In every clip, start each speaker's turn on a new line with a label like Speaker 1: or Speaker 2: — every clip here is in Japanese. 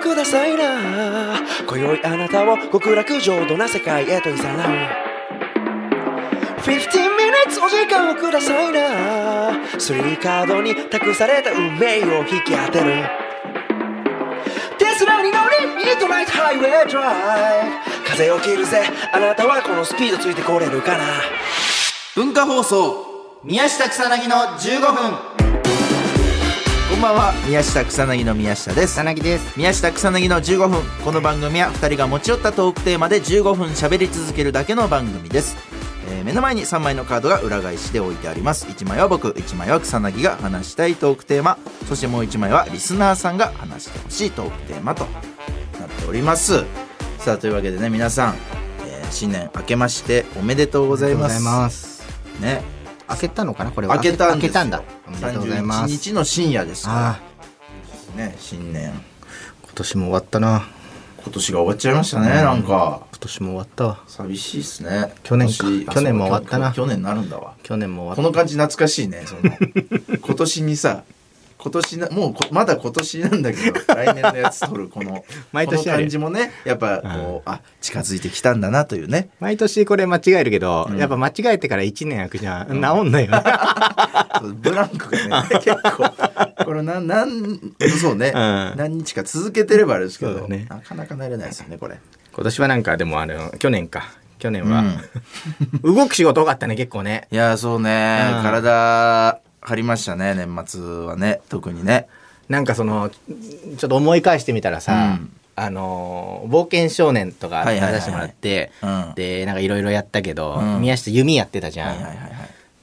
Speaker 1: くださいな今宵あなたを極楽浄土な世界へと誘う15 minutes お時間をくださいなスリーカードに託された運命を引き当てるテスラに乗りミッドナイトハイウェイドライブ風を切るぜあなたはこのスピードついてこれるかな
Speaker 2: 文化放送宮下草薙の15分こんばんは宮下草薙の宮下です
Speaker 3: 草薙です
Speaker 2: 宮下草薙の15分この番組は2人が持ち寄ったトークテーマで15分喋り続けるだけの番組です、えー目の前に3枚のカードが裏返しで置いてあります1枚は僕1枚は草薙が話したいトークテーマそしてもう1枚はリスナーさんが話してほしいトークテーマとなっておりますさあというわけでね皆さん、えー新年明けましておめでとうございます
Speaker 3: ありがとうございます
Speaker 2: ね
Speaker 3: 開けたのかなこれは
Speaker 2: 明けたん
Speaker 3: 開
Speaker 2: です
Speaker 3: け
Speaker 2: よ
Speaker 3: たんだおめでとうございま
Speaker 2: 31
Speaker 3: す
Speaker 2: 日の深夜です
Speaker 3: あ
Speaker 2: か
Speaker 3: あ
Speaker 2: らね新年
Speaker 3: 今年も終わったな
Speaker 2: 今年が終わっちゃいましたね、なんか
Speaker 3: 今年も終わったわ
Speaker 2: 寂しいですね
Speaker 3: 去年か
Speaker 2: 今あ
Speaker 3: 去年
Speaker 2: そ
Speaker 3: も
Speaker 2: う
Speaker 3: 終わったな
Speaker 2: 去去年になるんだわ
Speaker 3: 去年も終
Speaker 2: こ
Speaker 3: わっ
Speaker 2: の感じ懐かしいねその 今年にさ今年なもうこまだ今年なんだ けど来年のやつ撮るこの
Speaker 3: 毎年
Speaker 2: この
Speaker 3: ある
Speaker 2: 感じもねやっぱこう、あ近づいてきたんだなというね
Speaker 3: た毎年これ間違えるけど、やっぱ間違えてから1年空くじゃん、治んないよね
Speaker 2: ブランク がね結構これななんそうね、
Speaker 3: ん
Speaker 2: 何日か続けてればあれですけ
Speaker 3: そう
Speaker 2: ど、
Speaker 3: だね
Speaker 2: なかなか慣れないですよねこれ。
Speaker 3: 今年はなんかでもあの去年か去年は、 動く仕事多かったね結構ね
Speaker 2: いやそうね、
Speaker 3: うん
Speaker 2: 体張りましたね年末はね特にね。
Speaker 3: なんかそのちょっと思い返してみたらさ、
Speaker 2: うん
Speaker 3: あのー冒険少年とか
Speaker 2: はい
Speaker 3: 出
Speaker 2: はいはいはい
Speaker 3: してもらって、
Speaker 2: うん
Speaker 3: でなんかいろいろやったけど、
Speaker 2: うん
Speaker 3: 宮下弓やってたじゃん、
Speaker 2: はいはいはいはい。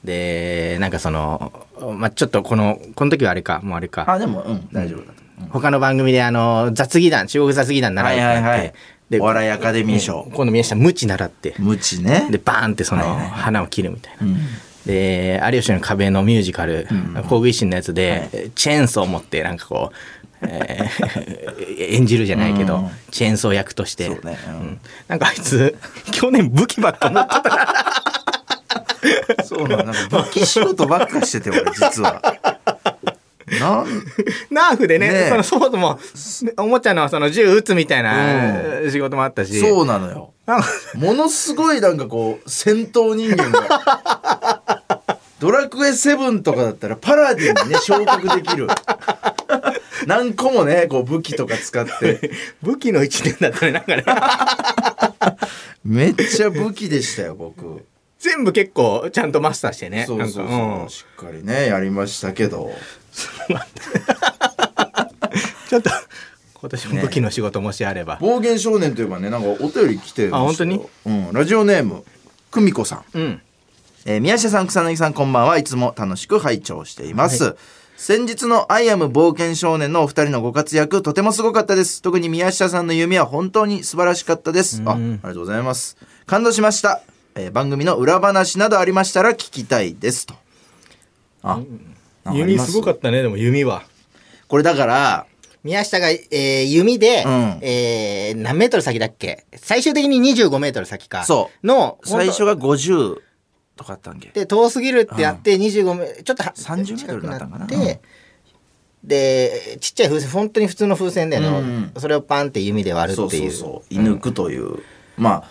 Speaker 3: でなんかその、まあ、ちょっとこのこの時はあれかもうあれか
Speaker 2: あでもうん大丈夫だと。うん
Speaker 3: 他の番組であの雑技団中国雑技団習うってなって、で
Speaker 2: お笑いアカデミー賞。
Speaker 3: 今度宮下無知習って
Speaker 2: 無知ね。
Speaker 3: でバーンってその
Speaker 2: はいはいはい
Speaker 3: 花を切るみたいな。
Speaker 2: うん
Speaker 3: で「有吉の壁」のミュージカル「工具維新」のやつで、チェーンソーを持ってなんかこう、えー 演じるじゃないけど、
Speaker 2: うん
Speaker 3: チェーンソー役として、
Speaker 2: そうねうん
Speaker 3: うんなんかあいつ去年武器ばっか持ってた
Speaker 2: そうなの。なんか武器仕事ばっかしてて、俺、実 は。なん、
Speaker 3: ナーフでね
Speaker 2: ねえ
Speaker 3: そのそもそもねおもちゃのその銃撃つみたいな仕事もあったし、
Speaker 2: そうなのよ。
Speaker 3: なんか
Speaker 2: ものすごいなんかこう、戦闘人間が。 ドラクエ7とかだったらパラディにね、昇格できる。何個もね、こう武器とか使って。
Speaker 3: 武器の一年だったね なんかね
Speaker 2: めっちゃ武器でしたよ、僕。
Speaker 3: 全部結構ちゃんとマスターしてね
Speaker 2: そうそうそう。
Speaker 3: なんか、うん
Speaker 2: しっかりね、やりましたけど。
Speaker 3: ちょっと今年も武器の仕事もしあれば、
Speaker 2: 暴言少年といえばね、なんかお便り来てるんですよ。
Speaker 3: あ本当に
Speaker 2: うん。ラジオネーム、久美子さん。
Speaker 3: うん
Speaker 2: えー宮下さん草薙さんこんばんはいつも楽しく拝聴しています、先日の「アイアム冒険少年」のお二人のご活躍とてもすごかったです特に宮下さんの弓は本当に素晴らしかったですあありがとうございます感動しました、えー番組の裏話などありましたら聞きたいですとあなんかあり
Speaker 3: 弓
Speaker 2: ます
Speaker 3: すごかったねでも弓は
Speaker 2: これだから
Speaker 3: 宮下が、えー弓で、
Speaker 2: うん
Speaker 3: えー何メートル先だっけ最終的に25メートル先か
Speaker 2: そ
Speaker 3: の
Speaker 2: 最初
Speaker 3: が
Speaker 2: が50とかあったんけ
Speaker 3: で遠すぎるってやって25メ、ちょっとは
Speaker 2: 30メートルになったんかな
Speaker 3: 近くってでちっちゃい風船本当に普通の風船だよね、
Speaker 2: うん
Speaker 3: それをパンって弓で割る
Speaker 2: そ
Speaker 3: っ
Speaker 2: う
Speaker 3: て
Speaker 2: そ
Speaker 3: いうう
Speaker 2: そう射抜くという、ま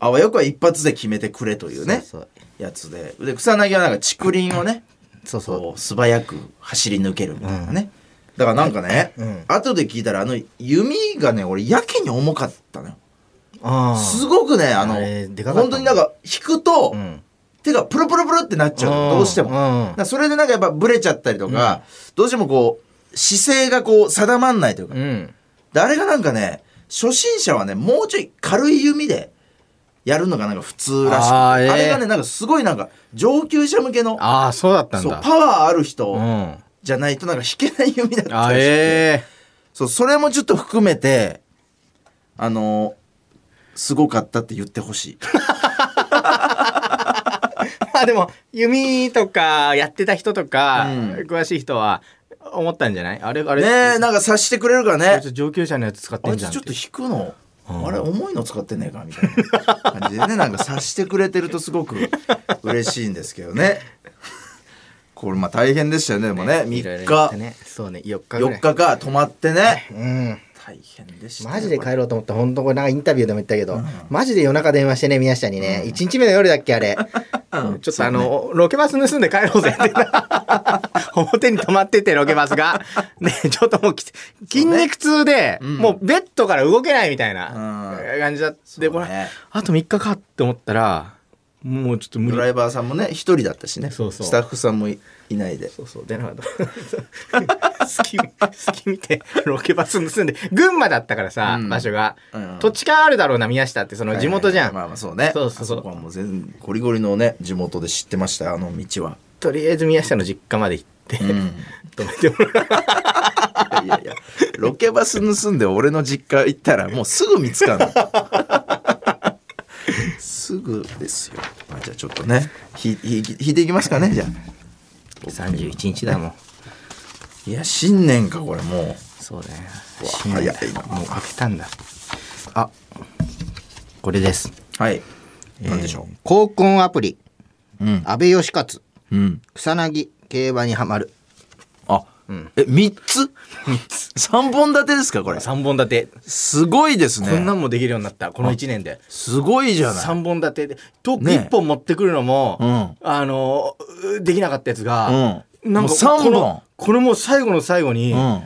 Speaker 2: ああわよくは一発で決めてくれというね
Speaker 3: そう
Speaker 2: やつでで草薙はなんか竹林をね
Speaker 3: そうそう
Speaker 2: こう素早く走り抜けるみたいなね、だからなんかね、
Speaker 3: うん
Speaker 2: 後で聞いたらあの弓がね俺やけに重かったのよ
Speaker 3: あ
Speaker 2: すごくねあの
Speaker 3: あれでかかったも
Speaker 2: 本
Speaker 3: ん
Speaker 2: 当になんか引くと、
Speaker 3: うん
Speaker 2: 手がプルプルプルってなっちゃうの
Speaker 3: うん
Speaker 2: どうしても、
Speaker 3: うん
Speaker 2: だからそれでなんかやっぱブレちゃったりとか、どうしてもこう姿勢がこう定まんないというか、
Speaker 3: うん
Speaker 2: であれがなんかね初心者はねもうちょい軽い弓でやるのがなんか普通らしくて
Speaker 3: あ
Speaker 2: あ,、
Speaker 3: ーえー
Speaker 2: れがねなんかすごいなんか上級者向けの
Speaker 3: ああそうだったん
Speaker 2: そう
Speaker 3: だ
Speaker 2: パワーある人、
Speaker 3: うん
Speaker 2: じゃないとなんか弾けない弓だったら
Speaker 3: あ
Speaker 2: しくて
Speaker 3: え
Speaker 2: そうそれもちょっと含めてあのすごかったって言ってほしい
Speaker 3: えまあ でも弓とかやってた人とか、
Speaker 2: うん
Speaker 3: 詳しい人は思ったんじゃないあれあれ
Speaker 2: ねえなんか察してくれるから
Speaker 3: こい
Speaker 2: ね
Speaker 3: つ上級者のやつ使って
Speaker 2: あ
Speaker 3: ん
Speaker 2: い
Speaker 3: じゃ
Speaker 2: つ
Speaker 3: ん
Speaker 2: ちょっと
Speaker 3: て
Speaker 2: 弾くの、
Speaker 3: うん
Speaker 2: あれ重いの使ってねえかみたいな感じ でねなんか察してくれてるとすごく嬉しいんですけどねこれまあ大変でしたよねでもね
Speaker 3: いろい
Speaker 2: 3
Speaker 3: ろやっ
Speaker 2: 日
Speaker 3: てねそうね4日ぐらい
Speaker 2: 4日か泊まってね
Speaker 3: うん
Speaker 2: 大変でした
Speaker 3: マジで帰ろうと思った本当これなんかインタビューでも言ったけど、マジで夜中電話してね宮下にね、一1日目の夜だっけあれ
Speaker 2: うん
Speaker 3: ちょっとあの、ロケバス盗んで帰ろ うぜって表に止まっててロケバ スがでちょっともうきつ筋肉痛で、
Speaker 2: うん
Speaker 3: もうベッドから動けないみたいな
Speaker 2: う
Speaker 3: 感じだって、
Speaker 2: そうね
Speaker 3: これあと3日かって思ったらもうちょっと無
Speaker 2: ドラ
Speaker 3: 理
Speaker 2: イバーさんもね一人だったしね
Speaker 3: そうそう
Speaker 2: スタッフさんもいいないで
Speaker 3: そうそう出なか った隙隙見てロケバス盗んで群馬だったからさ、
Speaker 2: うん
Speaker 3: 場所が、
Speaker 2: うん
Speaker 3: 土地勘あるだろうな宮下ってその地元じゃ
Speaker 2: はいは
Speaker 3: ん、
Speaker 2: いはいまあまあそうね
Speaker 3: そうそうそう
Speaker 2: あこはもう全然ゴリゴリのね地元で知ってましたよあの道は
Speaker 3: とりあえず宮下の実家まで行って、
Speaker 2: うんい
Speaker 3: 止めてもら
Speaker 2: や
Speaker 3: う
Speaker 2: いやいやロケバス盗んで俺の実家行ったらもうすぐ見つかんのすぐですよ、まあ、じゃあちょっとねひひ引いていきますかねじゃあ
Speaker 3: 31日だもん
Speaker 2: いや新年かこれもう
Speaker 3: そうだね
Speaker 2: うわ
Speaker 3: 新年
Speaker 2: 早いな
Speaker 3: もう開けたんだあこれです
Speaker 2: はい何でしょ
Speaker 3: えー合コンアプリ
Speaker 2: う、うん
Speaker 3: 安倍義勝
Speaker 2: うん
Speaker 3: 草薙競馬にはまる
Speaker 2: あ、え三つ三本立てですかこれ
Speaker 3: 3本立て、
Speaker 2: すごいですね
Speaker 3: こんなんもできるようになったこの1年です
Speaker 2: ごいじゃない
Speaker 3: 3本立てでトーク
Speaker 2: ね
Speaker 3: 1本持ってくるのも、
Speaker 2: うん
Speaker 3: あのうできなかったやつが、
Speaker 2: うん
Speaker 3: なんか
Speaker 2: もう三本
Speaker 3: このこれもう最後の最後に
Speaker 2: うん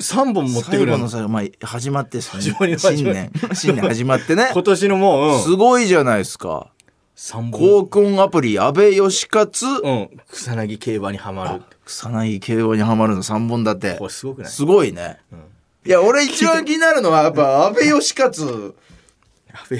Speaker 3: 3本持ってくる
Speaker 2: 最後
Speaker 3: の
Speaker 2: の最後、まあ、始まってですね
Speaker 3: 始まり始ま
Speaker 2: 新
Speaker 3: り
Speaker 2: 年新年始まって ね
Speaker 3: 今年のもう、う
Speaker 2: す
Speaker 3: ん、
Speaker 2: ごいじゃないですか
Speaker 3: 3本
Speaker 2: 合コンアプリ安倍義勝、
Speaker 3: うん、草薙競馬にはまる
Speaker 2: 草薙慶応にはまるの3本立て
Speaker 3: これすごくない
Speaker 2: すごいね、
Speaker 3: ん
Speaker 2: いや俺一番気になるのはやっぱ安倍義勝
Speaker 3: 安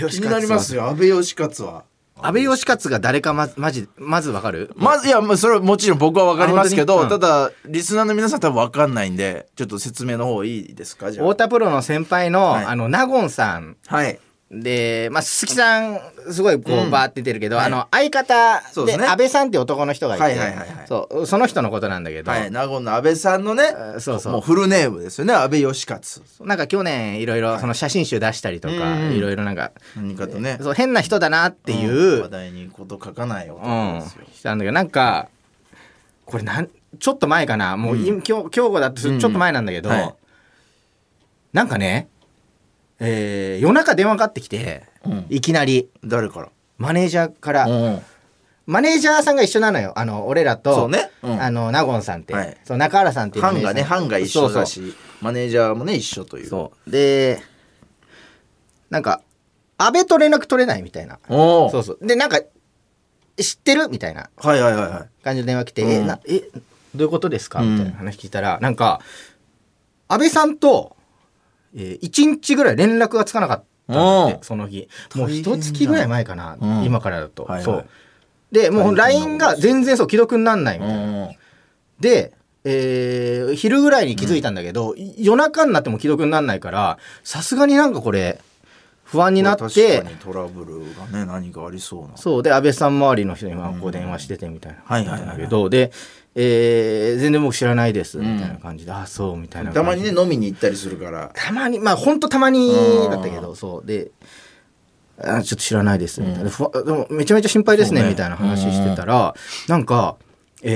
Speaker 3: 倍
Speaker 2: 気になりますよ安倍義勝は
Speaker 3: 安倍義勝が誰かままじまずわかる
Speaker 2: まずいやまあそれはもちろん僕は分かりますけど、
Speaker 3: あ本当
Speaker 2: た
Speaker 3: に
Speaker 2: だリスナーの皆さん多分分かんないんでちょっと説明の方いいですかじゃ
Speaker 3: 太
Speaker 2: あ
Speaker 3: 田プロの先輩の、
Speaker 2: はい
Speaker 3: あの納言さん
Speaker 2: はい
Speaker 3: で、まあ、鈴木さんすごいこ
Speaker 2: うん
Speaker 3: うバーって出てるけど、
Speaker 2: はい
Speaker 3: あの相方
Speaker 2: そうで
Speaker 3: です
Speaker 2: ね
Speaker 3: 安倍さんって男の人がいて、
Speaker 2: はいはいはいはい
Speaker 3: そうその人のことなんだけど、
Speaker 2: はい名護の安倍さんのね
Speaker 3: あそうそう
Speaker 2: もうフルネームですよね安倍義勝
Speaker 3: なんか去年いろいろその写真集出したりとか、
Speaker 2: うんうん
Speaker 3: いろいろなんか、
Speaker 2: 何かとね
Speaker 3: そう変な人だなってい
Speaker 2: ん
Speaker 3: う、
Speaker 2: 話題にこと書かない男
Speaker 3: うん
Speaker 2: ですよ、、
Speaker 3: したんだけどなんかこれなんちょっと前かなもう、今今日今日だとちょっと前なんだけど、
Speaker 2: うんはい
Speaker 3: なんかね、えー夜中電話かかってきて、
Speaker 2: うん
Speaker 3: いきなり
Speaker 2: 誰から
Speaker 3: マネージャーから、
Speaker 2: うん
Speaker 3: マネージャーさんが一緒なのよあの俺らと
Speaker 2: そうねうん
Speaker 3: あの納言さんって、
Speaker 2: はい
Speaker 3: そう中原さんっていうマ
Speaker 2: 班
Speaker 3: ネージ
Speaker 2: が
Speaker 3: ャー
Speaker 2: ね
Speaker 3: さん
Speaker 2: 班が一緒だし
Speaker 3: そう
Speaker 2: マネージャーもね一緒とい
Speaker 3: そう
Speaker 2: う
Speaker 3: そうでなんか安倍と連絡取れないみたいな
Speaker 2: おお
Speaker 3: そうそうでなんか知ってるみたいな
Speaker 2: はいはいはいはい
Speaker 3: 感じの電話来て「
Speaker 2: うん
Speaker 3: えなえどういうことですか?」
Speaker 2: うん
Speaker 3: みたいな話聞いたら、なんか安倍さんと、えー、1日ぐらい連絡がつかなかったんだっ
Speaker 2: うん
Speaker 3: てその日もう
Speaker 2: 大変だ
Speaker 3: 一月ぐらい前かな、
Speaker 2: うん
Speaker 3: 今からだと、
Speaker 2: はいはい
Speaker 3: そうでもう
Speaker 2: 大変なこと
Speaker 3: LINE が全然そう既読になんないみたいな、
Speaker 2: うん
Speaker 3: で、えー昼ぐらいに気づいたんだけど、い夜中になっても既読になんないからさすがになんかこれ不安になっ
Speaker 2: これ
Speaker 3: て
Speaker 2: 確かにトラブルがね何かありそうな
Speaker 3: そうで安倍さん周りの人にまあこう電話しててみたいな
Speaker 2: はい
Speaker 3: 感
Speaker 2: はいはいはい
Speaker 3: だけどで、えー全然僕知らないですみたいな感じで、あそうみたいな
Speaker 2: た
Speaker 3: 感
Speaker 2: ま
Speaker 3: じ
Speaker 2: に
Speaker 3: で
Speaker 2: ね飲みに行ったりするから
Speaker 3: たまにまあほんとたまに
Speaker 2: うん
Speaker 3: だったけどそうであちょっと知らないですみたいな、ふわでもめちゃめちゃ心配ですね
Speaker 2: そうね
Speaker 3: みたいな話してたら、なんか、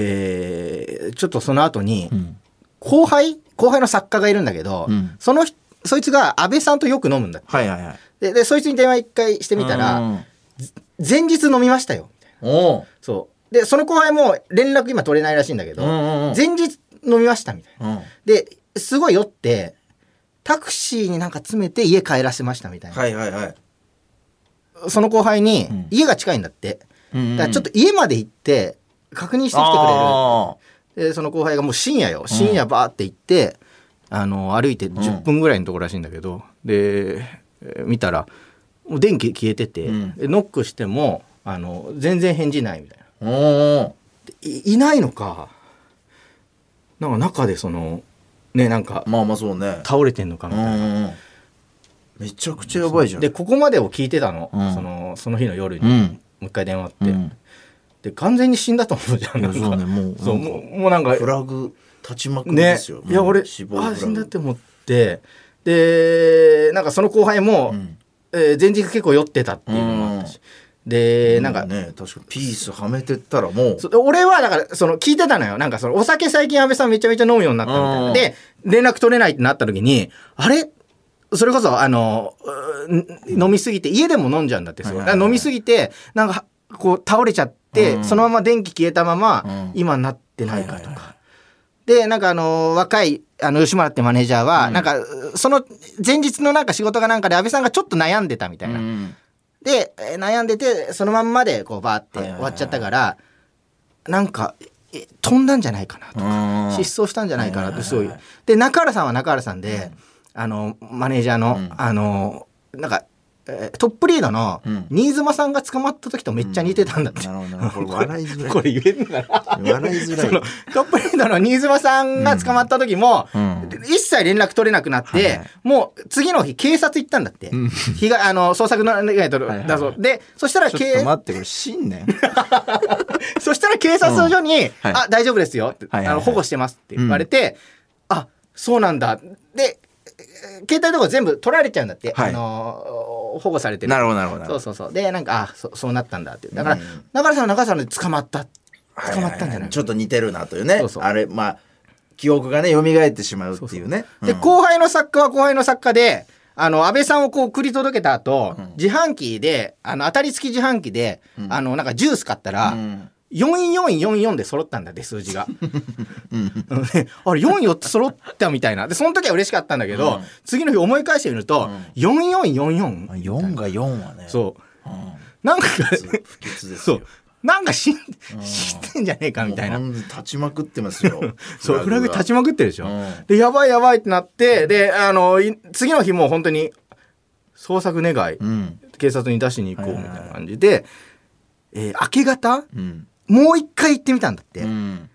Speaker 3: えーちょっとその後に、
Speaker 2: ん
Speaker 3: 後輩後輩の作家がいるんだけど、
Speaker 2: うん
Speaker 3: その人そいつが安倍さんとよく飲むんだって
Speaker 2: はいはいはい
Speaker 3: ででそいつに電話一回してみたら、
Speaker 2: うん
Speaker 3: 前日飲みましたよ
Speaker 2: おう
Speaker 3: そう。で、その後輩も連絡今取れないらしいんだけど、
Speaker 2: うんうんうん
Speaker 3: 前日飲みましたみたいな。
Speaker 2: うんは
Speaker 3: で、すごい酔って、タクシーになんか詰めて家帰らせましたみたいな。
Speaker 2: いはいはい
Speaker 3: その後輩に
Speaker 2: うん、
Speaker 3: 家が近いんだって。だからちょっと家まで行って、確認してきて
Speaker 2: あ
Speaker 3: くれる。で、その後輩がもう深夜よ。深夜バーって行って、あの、歩いて10分ぐらいのところらしいんだけど、で、えー見たら、もう電気消えてて、
Speaker 2: うん
Speaker 3: でノックしても、あの、全然返事ないみたいな。
Speaker 2: ーお
Speaker 3: いいないのかなんか中でそのねなんか
Speaker 2: うまあまあそうね
Speaker 3: 倒れてんのかみ
Speaker 2: う
Speaker 3: たいな、
Speaker 2: んうんめちゃくちゃやばいじゃん
Speaker 3: でここまでを聞いてたの、
Speaker 2: うん
Speaker 3: そのその日の夜に、
Speaker 2: う
Speaker 3: も
Speaker 2: ん
Speaker 3: う一回電話あって、
Speaker 2: うん
Speaker 3: で完全に死んだと思うじゃんなんか
Speaker 2: そうねもう
Speaker 3: そう
Speaker 2: なんか
Speaker 3: もうもうなんか
Speaker 2: フラグ立ちまくりで
Speaker 3: ね
Speaker 2: すよ。
Speaker 3: いや
Speaker 2: もう
Speaker 3: 俺
Speaker 2: 死亡フラ
Speaker 3: あ
Speaker 2: グ
Speaker 3: 死んだって思ってでなんかその後輩も、
Speaker 2: うん
Speaker 3: えー前日結構酔ってたっていうのもあったし、でなんか、
Speaker 2: ね確かにピースはめてったらもう
Speaker 3: そ俺はだからその聞いてたのよなんかそのお酒最近安倍さんめちゃめちゃ飲むようになったみたい
Speaker 2: うん
Speaker 3: なで連絡取れないってなった時にあれそれこそ、あの、う飲みすぎて、家でも飲んじゃうんだって、そう。
Speaker 2: はい
Speaker 3: だ
Speaker 2: はいはい
Speaker 3: から飲みすぎて、なんか、こう、倒れちゃって、
Speaker 2: うん
Speaker 3: そのまま電気消えたまま、
Speaker 2: うん
Speaker 3: 今なってないかとか。
Speaker 2: はいはいは
Speaker 3: で、なんかあの、若い、あの、吉村ってマネージャーは、
Speaker 2: うん
Speaker 3: なんか、その前日のなんか仕事がなんかで、安倍さんがちょっと悩んでたみたいな。
Speaker 2: うん
Speaker 3: で、えー悩んでて、そのまんまで、こう、バーって
Speaker 2: はいはい
Speaker 3: 終
Speaker 2: はい
Speaker 3: わっちゃったから、なんか、え飛んだんじゃないかなとか。失踪したんじゃないかなってすごい。で中原さんは中原さんで、あのマネージャーの、
Speaker 2: うん
Speaker 3: あのなんか、えートップリードの
Speaker 2: うん
Speaker 3: 新妻さんが捕まった時とめっちゃ似てたんだって。
Speaker 2: なるほどな。これ笑いづらい。
Speaker 3: これ言えんのかな
Speaker 2: 笑いづらい。
Speaker 3: トップリードの新妻さんが捕まった時も、
Speaker 2: うん
Speaker 3: 一切連絡取れなくなって、
Speaker 2: はいはい
Speaker 3: もう次の日警察行ったんだって、
Speaker 2: ん
Speaker 3: 被害あの捜索の願いと
Speaker 2: はいはい
Speaker 3: だそうでそしたら
Speaker 2: ちょ
Speaker 3: 警
Speaker 2: っと待って、これ信 念
Speaker 3: そしたら警察署に、
Speaker 2: はい
Speaker 3: あ、大丈夫ですよって、
Speaker 2: はいはいはい
Speaker 3: あの、保護してますって言われて、あ、そうなんだ。で、えー携帯とか全部取られちゃうんだって、
Speaker 2: はい
Speaker 3: あのー保護されてる。
Speaker 2: なるほど、なるほど。
Speaker 3: そうそうそう。で、なんか、あ、そそうなったんだって。だから、
Speaker 2: うん
Speaker 3: 中原さんは中原さんで捕まった。
Speaker 2: はい
Speaker 3: 捕まったんじゃない
Speaker 2: ちょっと似てるなというね。
Speaker 3: そうそう
Speaker 2: あれ、まあ、記憶がね、蘇ってしまうっていうね。
Speaker 3: で、
Speaker 2: うん
Speaker 3: 後輩の作家は後輩の作家で、あの、安倍さんをこう送り届けた後、
Speaker 2: うん
Speaker 3: 自販機で、あの、当たり付き自販機で、
Speaker 2: うん
Speaker 3: あの、なんかジュース買ったら、
Speaker 2: うん
Speaker 3: 4444で揃ったんだって数 字が。うん ねあれ44って揃ったみたいな。でその時は嬉しかったんだけど、
Speaker 2: うん
Speaker 3: 次の日思い返してみると、4444
Speaker 2: まあ4が4はね。
Speaker 3: そう
Speaker 2: うん。
Speaker 3: うなんか
Speaker 2: 不吉です
Speaker 3: そ
Speaker 2: よ
Speaker 3: う。なんかしん
Speaker 2: ん
Speaker 3: 知ってんじゃねえかみたいな。
Speaker 2: もう立ちまくってますよ
Speaker 3: そうフラグ立ち
Speaker 2: ま
Speaker 3: まくってるでしょ、
Speaker 2: うん
Speaker 3: でやばいやばいってなってであのい次の日もう本当に捜索願い、
Speaker 2: うん。
Speaker 3: 警察に出しに行こうみたいな感じで、えー明け方
Speaker 2: うん。
Speaker 3: もう一回行ってみたんだって、
Speaker 2: うん。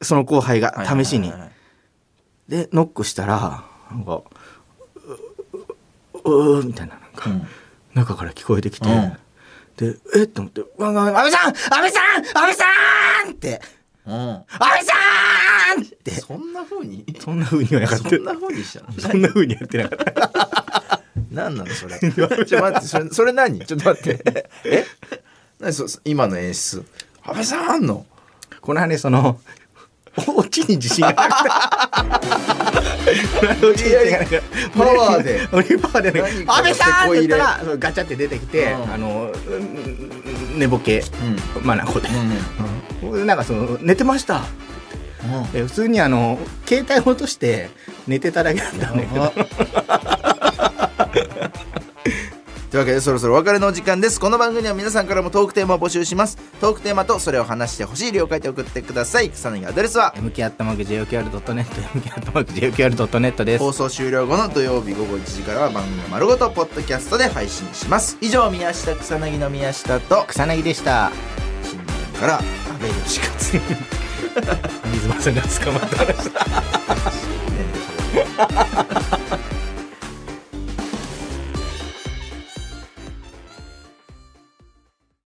Speaker 3: その後輩が試しに
Speaker 2: はいはいはいはい
Speaker 3: でノックしたらなんか「うううう」みたいななんか、
Speaker 2: うん
Speaker 3: 中から聞こえてきて、
Speaker 2: うん
Speaker 3: でえっと思って「わんわん安倍さん安倍さん安倍さん!」って
Speaker 2: うん
Speaker 3: 「安倍さん!」って
Speaker 2: そんな風に
Speaker 3: そんな風にはやって
Speaker 2: そんな風にしたの
Speaker 3: そんな風にやってなかった
Speaker 2: 何なの それちょっと待ってそれそれ何ちょっと待って え何そそ今の演出安倍さんの
Speaker 3: この話そのオチに自信がなかった。オチに自信がなかった
Speaker 2: パワーで
Speaker 3: オリパワーでね
Speaker 2: 何。か
Speaker 3: 安倍さんって言った
Speaker 2: 手
Speaker 3: らそうガチャって出てきて、
Speaker 2: うん
Speaker 3: あのうん寝ぼけ、まあなこで。
Speaker 2: うん
Speaker 3: なんかその寝てました
Speaker 2: うん
Speaker 3: え普通にあの携帯落として寝てただけだったんだけど
Speaker 2: あというわけでそろそろお別れのお時間ですこの番組では皆さんからもトークテーマを募集しますトークテーマとそれを話してほしい了解で送ってください草薙アドレスは
Speaker 3: MK アットマーク JOQR.net MK アットマーク JOQR.net です
Speaker 2: 放送終了後の土曜日午後1時からは番組の丸ごとポッドキャストで配信します以上宮下草薙の宮下と
Speaker 3: 草薙でした
Speaker 2: 新聞から安倍義勝ね
Speaker 3: 水間さんが捕まった
Speaker 2: え
Speaker 3: 話